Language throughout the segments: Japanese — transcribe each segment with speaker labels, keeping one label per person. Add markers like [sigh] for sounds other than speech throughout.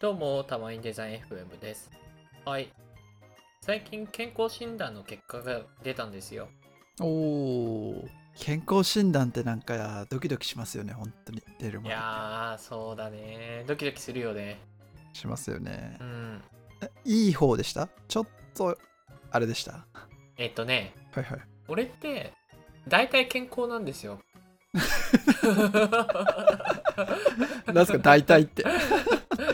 Speaker 1: どうも、たまにデザイン FM です。はい。最近健康診断の結果が出たんですよ。
Speaker 2: おー健康診断ってなんかドキドキしますよね本当に出る
Speaker 1: い
Speaker 2: まで
Speaker 1: やー、そうだね。ドキドキするよね。
Speaker 2: しますよね
Speaker 1: うん。
Speaker 2: えいい方でしたちょっとあれでしたは
Speaker 1: えっとね、
Speaker 2: いはい
Speaker 1: [laughs] 俺って、大体健康なんですよ。 [laughs]
Speaker 2: なんすか大体って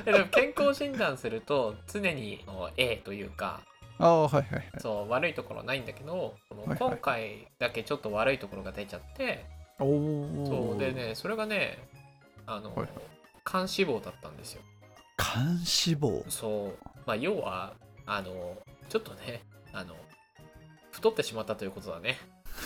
Speaker 1: でも健康診断すると、常にあの A というか、
Speaker 2: ああはいはいはい
Speaker 1: そう、悪いところないんだけど、この
Speaker 2: はいはい
Speaker 1: 今回だけちょっと悪いところが出ちゃって、
Speaker 2: おお
Speaker 1: そうでね、それがね、あの
Speaker 2: はいはい、
Speaker 1: 肝脂肪だったんですよ。
Speaker 2: 肝脂
Speaker 1: [laughs]
Speaker 2: 肪
Speaker 1: そう、まあ、要は、あの、ちょっとね、あの、太ってしまったということだね。 [laughs]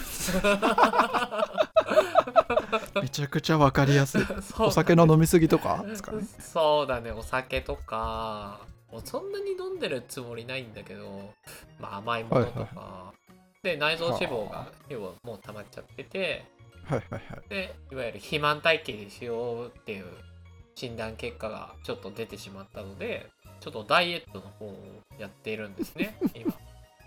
Speaker 2: めちゃくちゃわかりやすい
Speaker 1: そう
Speaker 2: お酒の飲みすぎと
Speaker 1: [laughs]
Speaker 2: かですかね
Speaker 1: そうだね、お酒とか、もうそんなに飲んでるつもりないんだけど、まあ、甘いものとか、
Speaker 2: はい
Speaker 1: で、内臓脂肪
Speaker 2: は
Speaker 1: が、要はもう溜まっちゃってて、
Speaker 2: はいはいはい
Speaker 1: で、いわゆる肥満体型にしようっていう診断結果がちょっと出てしまったので、ちょっとダイエットの方をやっているんですね、
Speaker 2: [laughs]
Speaker 1: 今。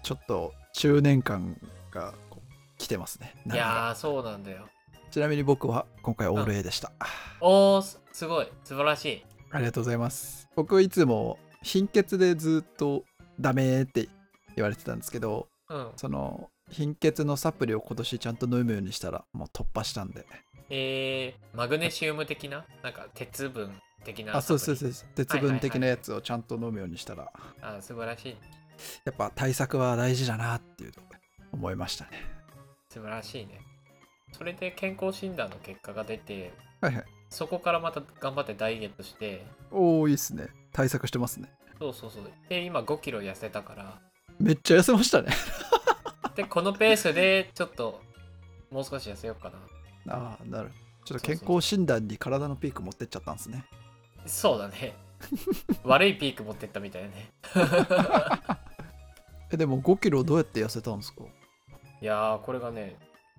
Speaker 2: ちょっと中年間がこう来てますね
Speaker 1: いやー、そうなんだよ。
Speaker 2: ちなみに僕は今回オール A でした、
Speaker 1: おーすすごい素晴らしい
Speaker 2: ありがとうございます。僕いつも貧血でずっとダメって言われてたんですけど、
Speaker 1: うん
Speaker 2: その貧血のサプリを今年ちゃんと飲むようにしたらもう突破したんで。
Speaker 1: えー、マグネシウム的ななんか鉄分的な
Speaker 2: あ、そうそう
Speaker 1: う
Speaker 2: そうそう。鉄分的なやつをちゃんと飲むようにしたら、
Speaker 1: あ素晴らしい
Speaker 2: やっぱ対策は大事だなっていうと思いましたね。
Speaker 1: 素晴らしいねそれで健康診断の結果が出て
Speaker 2: はいはい。
Speaker 1: そこからまた頑張ってダイエットして
Speaker 2: おー、いいっすね。対策してますね。
Speaker 1: そうそうそうで今5キロ痩せたか
Speaker 2: めっちゃ痩せましたね。 [laughs]
Speaker 1: らでこのペースでちょっともう少し痩せようかな
Speaker 2: ああ、な
Speaker 1: そ
Speaker 2: るほど。ちょっと
Speaker 1: うそう
Speaker 2: 健康診断に体のピーク持ってっちゃったんですね。
Speaker 1: そうだね悪いピーク持ってったみたいだね
Speaker 2: え、でも5キロどうやって痩せたんですか
Speaker 1: いやーこれがね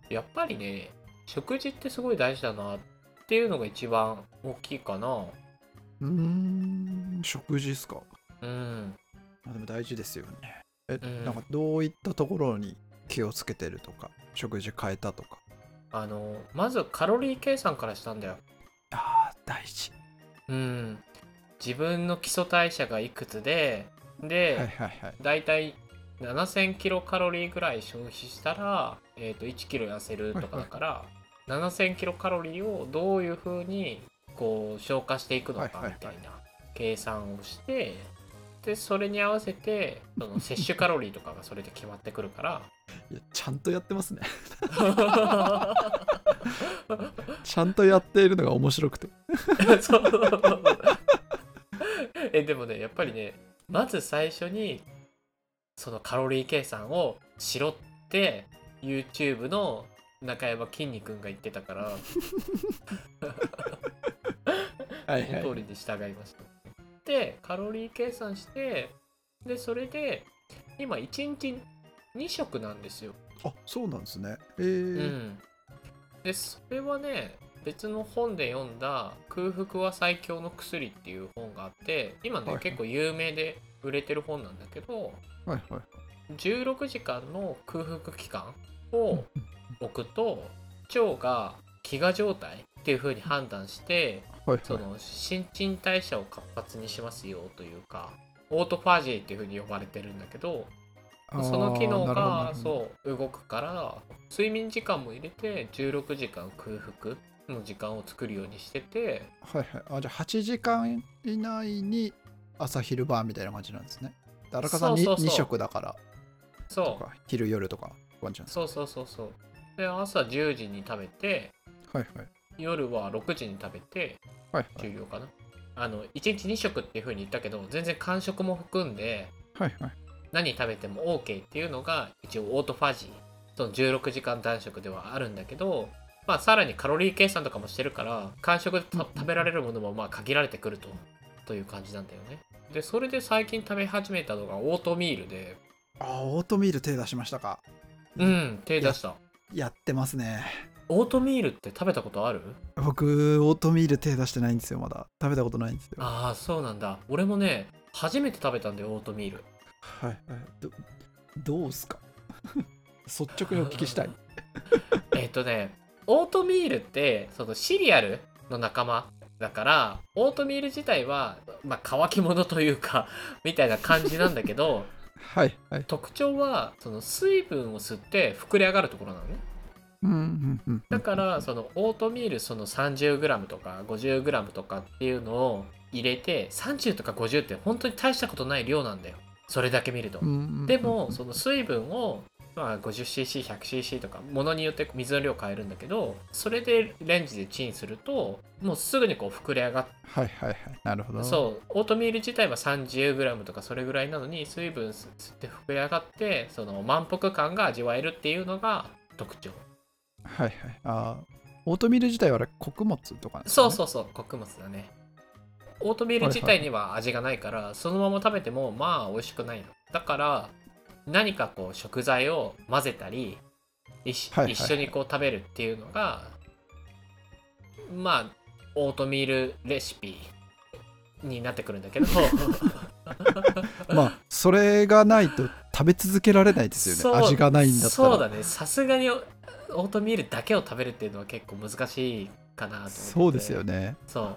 Speaker 1: やっぱりね食事ってすごい大事だなっていうのが一番大きいかな
Speaker 2: うーん、食事っすか
Speaker 1: うん
Speaker 2: まあ、でも大事ですよね。え、
Speaker 1: うん
Speaker 2: なんかどういったところに気をつけてるとか、食事変えたとか。
Speaker 1: あのまずカロリー計算からしたんだよ
Speaker 2: ああ、大事。
Speaker 1: うん自分の基礎代謝がいくつでで、
Speaker 2: はいはいはい。
Speaker 1: だいたい7000キロカロリーぐらい消費したら、えー、と1キロ痩せるとかだから、7000キロカロリーをどういうふうにこう消化していくのか
Speaker 2: は
Speaker 1: み
Speaker 2: いはいはい
Speaker 1: たいな計算をしてでそれに合わせてその摂取カロリーとかがそれで決まってくるから
Speaker 2: いや、ちゃんとやってます
Speaker 1: [laughs]
Speaker 2: ね。ちゃんとやっているのが面白くて。
Speaker 1: [laughs] そうえでもねやっぱりねまず最初にそのカロリー計算をしろって YouTube の中山きんに君が言ってたから
Speaker 2: は
Speaker 1: その通りに従いました。でカロリー計算してでそれで今1日2食なんですよ。
Speaker 2: あ、そうなんですね。え
Speaker 1: う
Speaker 2: ー
Speaker 1: ん、でそれはね別の本で読んだ「空腹は最強の薬」っていう本があって今
Speaker 2: はい
Speaker 1: ね
Speaker 2: はい
Speaker 1: 結構有名で売れてる本なんだけど
Speaker 2: はいはい。
Speaker 1: 16時間の空腹期間
Speaker 2: う [laughs]
Speaker 1: を
Speaker 2: んうん
Speaker 1: 置くと腸が飢餓状態っていう風に判断して
Speaker 2: はい
Speaker 1: その新陳代謝を活発にしますよというかオートファジーっていう風に呼ばれてるんだけど
Speaker 2: はい。
Speaker 1: その機能が
Speaker 2: う。
Speaker 1: そう動くから睡眠時間も入れて16時間空腹の時間を作るようにしてて
Speaker 2: はいはい。あ、じゃあ8時間以内に朝昼晩みたいな感じなんですね。で荒川さんに
Speaker 1: そうそうそう
Speaker 2: 2食だからと
Speaker 1: そう
Speaker 2: か、昼夜とか、ワンチャンです。
Speaker 1: そうそうそうそうで朝10時に食べて
Speaker 2: はいはい。
Speaker 1: 夜は6時に食べて
Speaker 2: はいはい。
Speaker 1: 終了かなあの1日2食っていう風に言ったけど全然間食も含んで
Speaker 2: はいはい。
Speaker 1: 何食べても OK っていうのが一応オートファジーその16時間断食ではあるんだけど、まあ、さらにカロリー計算とかもしてるから間食でた食べられるものもまあ限られてくるとという感じなんだよねでそれで最近食べ始めたのがオートミールで
Speaker 2: あーオートミール手出しましたか
Speaker 1: うん手出した
Speaker 2: やってますね
Speaker 1: オートミールって食べたことある
Speaker 2: 僕オートミール手出してないんですよまだ食べたことないんですよ
Speaker 1: ああそうなんだ俺もね初めて食べたんだよオートミール
Speaker 2: はいはいどどうすか [laughs] 率直にお聞きしたい
Speaker 1: えっとねオートミールってそのシリアルの仲間だからオートミール自体は、まあ、乾き物というか [laughs] みたいな感じなんだけ
Speaker 2: [laughs]
Speaker 1: ど
Speaker 2: [laughs] はいはい
Speaker 1: 特徴はその水分を吸って膨れ上がるところなのね
Speaker 2: うんうんうんうん
Speaker 1: だからそのオートミールその 30g とか 50g とかっていうのを入れて30とか50って本当に大したことない量なんだよそれだけ見ると
Speaker 2: うんうんうん
Speaker 1: でもその水分を、まあ、50cc100cc とかものによって水の量変えるんだけどそれでレンジでチンするともうすぐにこう膨れ上がって
Speaker 2: はいはいはいなるほど
Speaker 1: そうオートミール自体は 30g とかそれぐらいなのに水分吸って膨れ上がってその満腹感が味わえるっていうのが特徴
Speaker 2: はいはいあーオートミール自体はあれ穀物とかなんです
Speaker 1: そ
Speaker 2: かね、
Speaker 1: うそうそう穀物だねオートミール自体には味がないから、そのまま食べてもまあ美味しくないのだから何かこう食材を混ぜたり一緒
Speaker 2: はいはい
Speaker 1: 一緒にこう食べるっていうのがまあオートミールレシピになってくるん
Speaker 2: [laughs]
Speaker 1: だけど
Speaker 2: まあそれがないと食べ続けられないですよ
Speaker 1: そう
Speaker 2: ね味がないんだったら
Speaker 1: そうだねさすがにオートミールだけを食べるっていうのは結構難しいかなと思ってて
Speaker 2: そうですよね
Speaker 1: そう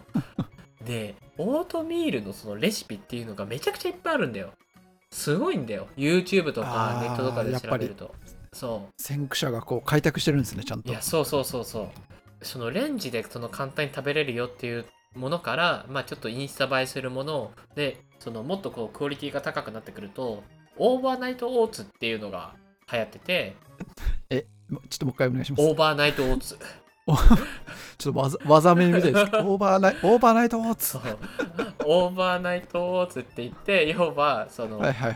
Speaker 1: でオートミールのそのレシピっていうのがめちゃくちゃいっぱいあるんだよすごいんだよ YouTube とか
Speaker 2: あー
Speaker 1: ネットとかで
Speaker 2: やっぱ
Speaker 1: 調
Speaker 2: り
Speaker 1: べるとそ
Speaker 2: 先駆者がこう開拓してるんですねちゃん
Speaker 1: う
Speaker 2: と
Speaker 1: いやそうそうそうそうそのレンジでその簡単に食べれるよっていうものからまあちょっとインスタ映えするものでそのもっとこうクオリティが高くなってくるとオーバーナイトオーツっていうのが流行ってて
Speaker 2: もちょっともう一回お願いします
Speaker 1: オーバーナイトオーツ
Speaker 2: ちょっとわざ技
Speaker 1: [laughs]
Speaker 2: 名みたいですけどオーバーナイオーバーナイトオーツ
Speaker 1: そう
Speaker 2: [laughs] は
Speaker 1: オーバーナイトオーツって言って要はその、
Speaker 2: いはいはい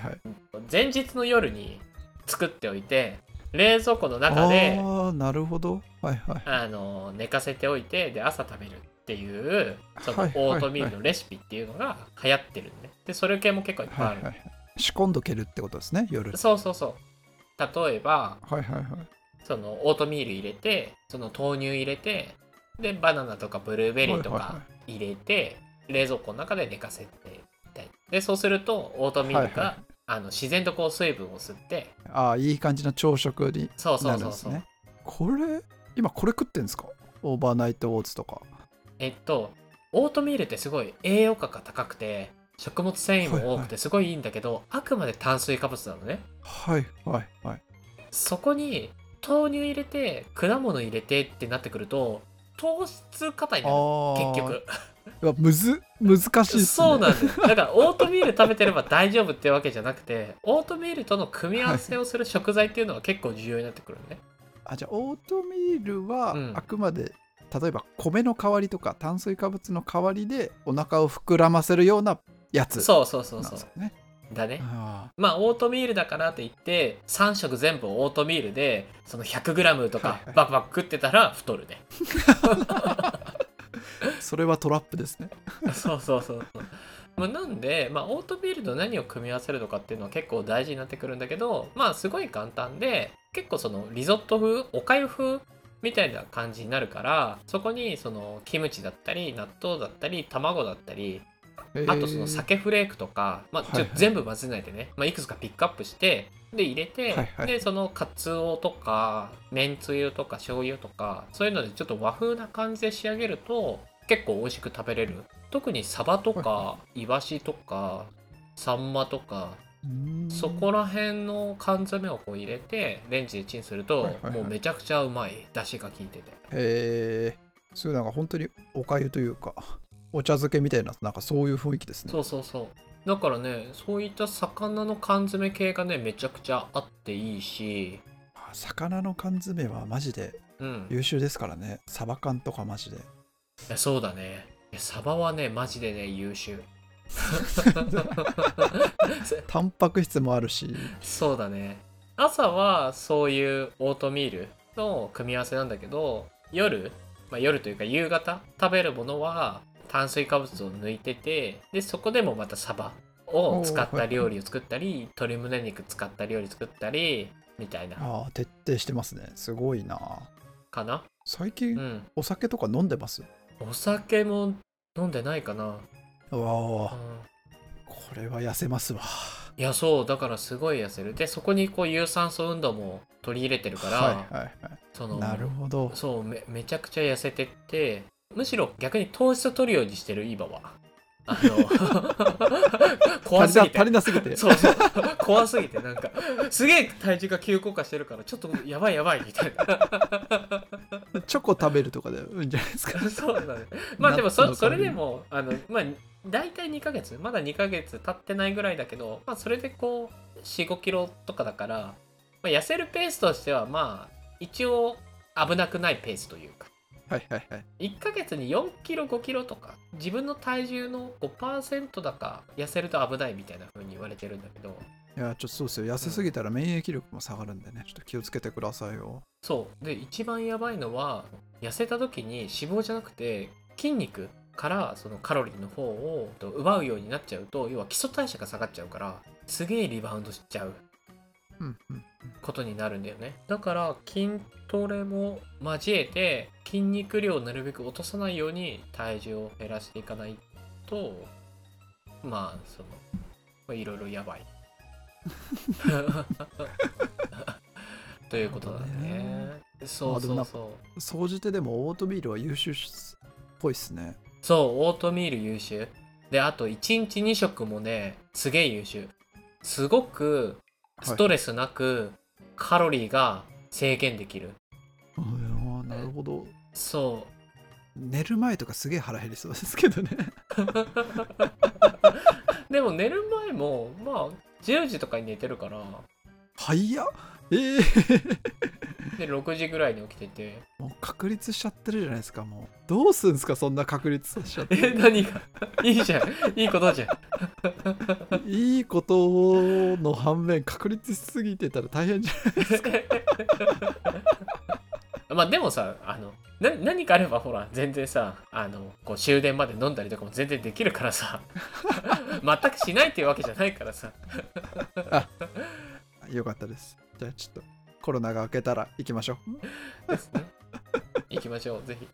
Speaker 1: 前日の夜に作っておいて冷蔵庫の中であ
Speaker 2: ああなるほどはいはい
Speaker 1: の寝かせておいてで朝食べるっていうその
Speaker 2: は
Speaker 1: オ
Speaker 2: いはいはい
Speaker 1: ートミールのレシピっていうのが流行ってるんででそれ系も結構いっぱい
Speaker 2: は
Speaker 1: あ
Speaker 2: い
Speaker 1: る、
Speaker 2: はいはい仕込んどけるってことですね夜
Speaker 1: そうそうそう例えば
Speaker 2: はいはいはい
Speaker 1: そのオートミール入れてその豆乳入れてでバナナとかブルーベリーと
Speaker 2: はいはい
Speaker 1: か
Speaker 2: は
Speaker 1: 入れて、冷蔵庫の中で寝かせてみたいでそうするとオートミールが、
Speaker 2: はいはい
Speaker 1: あの自然とこう水分を吸って
Speaker 2: ああいい感じの朝食に
Speaker 1: そうそ
Speaker 2: な
Speaker 1: う
Speaker 2: るん
Speaker 1: そう
Speaker 2: です
Speaker 1: そう、
Speaker 2: ねこれ今これ食ってんですかオーバーナイトオーツとか
Speaker 1: えっとオートミールってすごい栄養価が高くて食物繊維も多
Speaker 2: は
Speaker 1: く
Speaker 2: いは
Speaker 1: てすごいいいんだけど、あくまで炭水化物なのね
Speaker 2: はいはいはい
Speaker 1: そこに豆乳入れて果物入れてってなってくると糖質過多に
Speaker 2: あ
Speaker 1: なる
Speaker 2: ー
Speaker 1: 結局
Speaker 2: うわむず難しいっすね
Speaker 1: そうなんだよだからオートミール食べてれば大丈夫ってわけじゃなくてオートミールとの組み合わせをする食材っていうのは結構重要になってくるのね
Speaker 2: あじゃあオートミールは
Speaker 1: うん
Speaker 2: あくまで、例えば米の代わりとか炭水化物の代わりでお腹を膨らませるようなやつ
Speaker 1: そうそうそう
Speaker 2: なん
Speaker 1: そ
Speaker 2: で
Speaker 1: う
Speaker 2: すかね
Speaker 1: だね
Speaker 2: あ
Speaker 1: まあオートミールだからといって3食全部オートミールでその 100g と
Speaker 2: は
Speaker 1: か
Speaker 2: いはい
Speaker 1: バクバク食ってたら太
Speaker 2: [laughs]
Speaker 1: るね
Speaker 2: ーそれはトラップですね
Speaker 1: そうそうそうそう、まあ、なんで、まあ、オートミールと何を組み合わせるのかっていうのは結構大事になってくるんだけどまあすごい簡単で結構そのリゾット風おかゆ風みたいな感じになるからそこにそのキムチだったり納豆だったり卵だったり [laughs] あとその
Speaker 2: 先
Speaker 1: 酒フレークとか、まあ、ちょ
Speaker 2: はいはい
Speaker 1: 全部混ぜないでね、まあ、いくつかピックアップしてで入れて、
Speaker 2: はいはい
Speaker 1: でそのかつおとかめんつゆとか醤油とかそういうのでちょっと和風な感じで仕上げると結構美味しく食べれる特にサバとかイワシとかサンマとかそこら辺の缶詰をこう入れてレンジでチンすると、
Speaker 2: はいはいはい
Speaker 1: もうめちゃくちゃうまい出汁が効いてて
Speaker 2: へえそういうなんか本当におかゆというかお茶漬けみたいななんかそういう雰囲気ですね
Speaker 1: そうそうそうだからねそういった魚の缶詰系がねめちゃくちゃあっていいし
Speaker 2: あ魚の缶詰はマジで
Speaker 1: うん
Speaker 2: 優秀ですからねサバ缶とかマジで
Speaker 1: いやそうだねいやサバはねマジでね優秀
Speaker 2: タンパク質もあ
Speaker 1: [laughs]
Speaker 2: るし
Speaker 1: そうだね朝はそういうオートミールの組み合わせなんだけど夜、まあ、夜というか夕方食べるものは炭水化物を抜いててでそこでもまたサバを使った料理を作ったり鶏胸肉使った料理作ったりみたいな
Speaker 2: ああ徹底してますねすごいな
Speaker 1: かな
Speaker 2: 最
Speaker 1: う
Speaker 2: 近、
Speaker 1: ん
Speaker 2: お酒とか飲んでます
Speaker 1: お酒も飲んでないかな、
Speaker 2: うわ
Speaker 1: う
Speaker 2: あ
Speaker 1: ん
Speaker 2: これは痩せますわ
Speaker 1: いやそうだからすごい痩せるでそこにこう有酸素運動も取り入れてるから、
Speaker 2: はいはい
Speaker 1: そ
Speaker 2: は
Speaker 1: の
Speaker 2: いなるほど
Speaker 1: そうめめちゃくちゃ痩せてってむしろ逆に糖質を取るようにしてる今はあの [laughs] 怖
Speaker 2: 足り
Speaker 1: す
Speaker 2: な
Speaker 1: ぎて
Speaker 2: 足りなすぎて
Speaker 1: [laughs] そうそう怖すぎてなんかすげえ体重が急降下してるからちょっとやばいやばいみたいな
Speaker 2: チョコ食べるとかでうんじゃないです
Speaker 1: [laughs]
Speaker 2: か
Speaker 1: そうだねまあでも
Speaker 2: ナッ
Speaker 1: そ
Speaker 2: ツの
Speaker 1: そ
Speaker 2: 代わ
Speaker 1: れ
Speaker 2: りに
Speaker 1: でもあのまあ大体2ヶ月まだ2ヶ月経ってないぐらいだけど、まあ、それでこう4 5キロとかだから、まあ、痩せるペースとしてはまあ一応危なくないペースというか
Speaker 2: はいはいはい
Speaker 1: 1ヶ月に4キロ5キロとか自分の体重の5%だか痩せると危ないみたいな風に言われてるんだけど
Speaker 2: いやちょっとそうですよ痩せすぎたら免疫力も下がるんでねちょっと気をつけてくださいよ
Speaker 1: そうで一番やばいのは痩せた時に脂肪じゃなくて筋肉からそのカロリーの方をと奪うようになっちゃうと要は基礎代謝が下がっちゃうからすげえリバウンドしちゃう
Speaker 2: うんうん
Speaker 1: ことになるんだよねだから筋トレも交えて筋肉量をなるべく落とさないように体重を減らしていかないとまあそのまあいろいろや
Speaker 2: [laughs]
Speaker 1: ばいということだ
Speaker 2: なるほ
Speaker 1: ねそうそ
Speaker 2: まあ
Speaker 1: うそう
Speaker 2: 総じてでもオートミールは優秀っぽいっすね
Speaker 1: そうオートミール優秀であと1日2食もねすげえ優秀すごくストレスなくカロリーが制限できる、
Speaker 2: あーなるほど
Speaker 1: そう
Speaker 2: 寝る前とかすげえ腹減りそうですけど [laughs] ね
Speaker 1: でも寝る前もまあ10時とかに寝てるから
Speaker 2: 早っえー、 [laughs]
Speaker 1: で6時ぐらいに起きてて
Speaker 2: もう確立しちゃってるじゃないですかもうどうすんすかそんな確立させちゃっ [laughs] て
Speaker 1: え何がいいじゃんいいことじゃん
Speaker 2: いいことの反面確立しすぎてたら大変じゃん
Speaker 1: まあでもさあのな何かあればほら全然さあのこう終電まで飲んだりとかも全然できるからさ全くしないっていうわけじゃないからさ
Speaker 2: よかったですじゃあちょっとコロナが明けたら行きましょう
Speaker 1: ですね行きましょうぜひ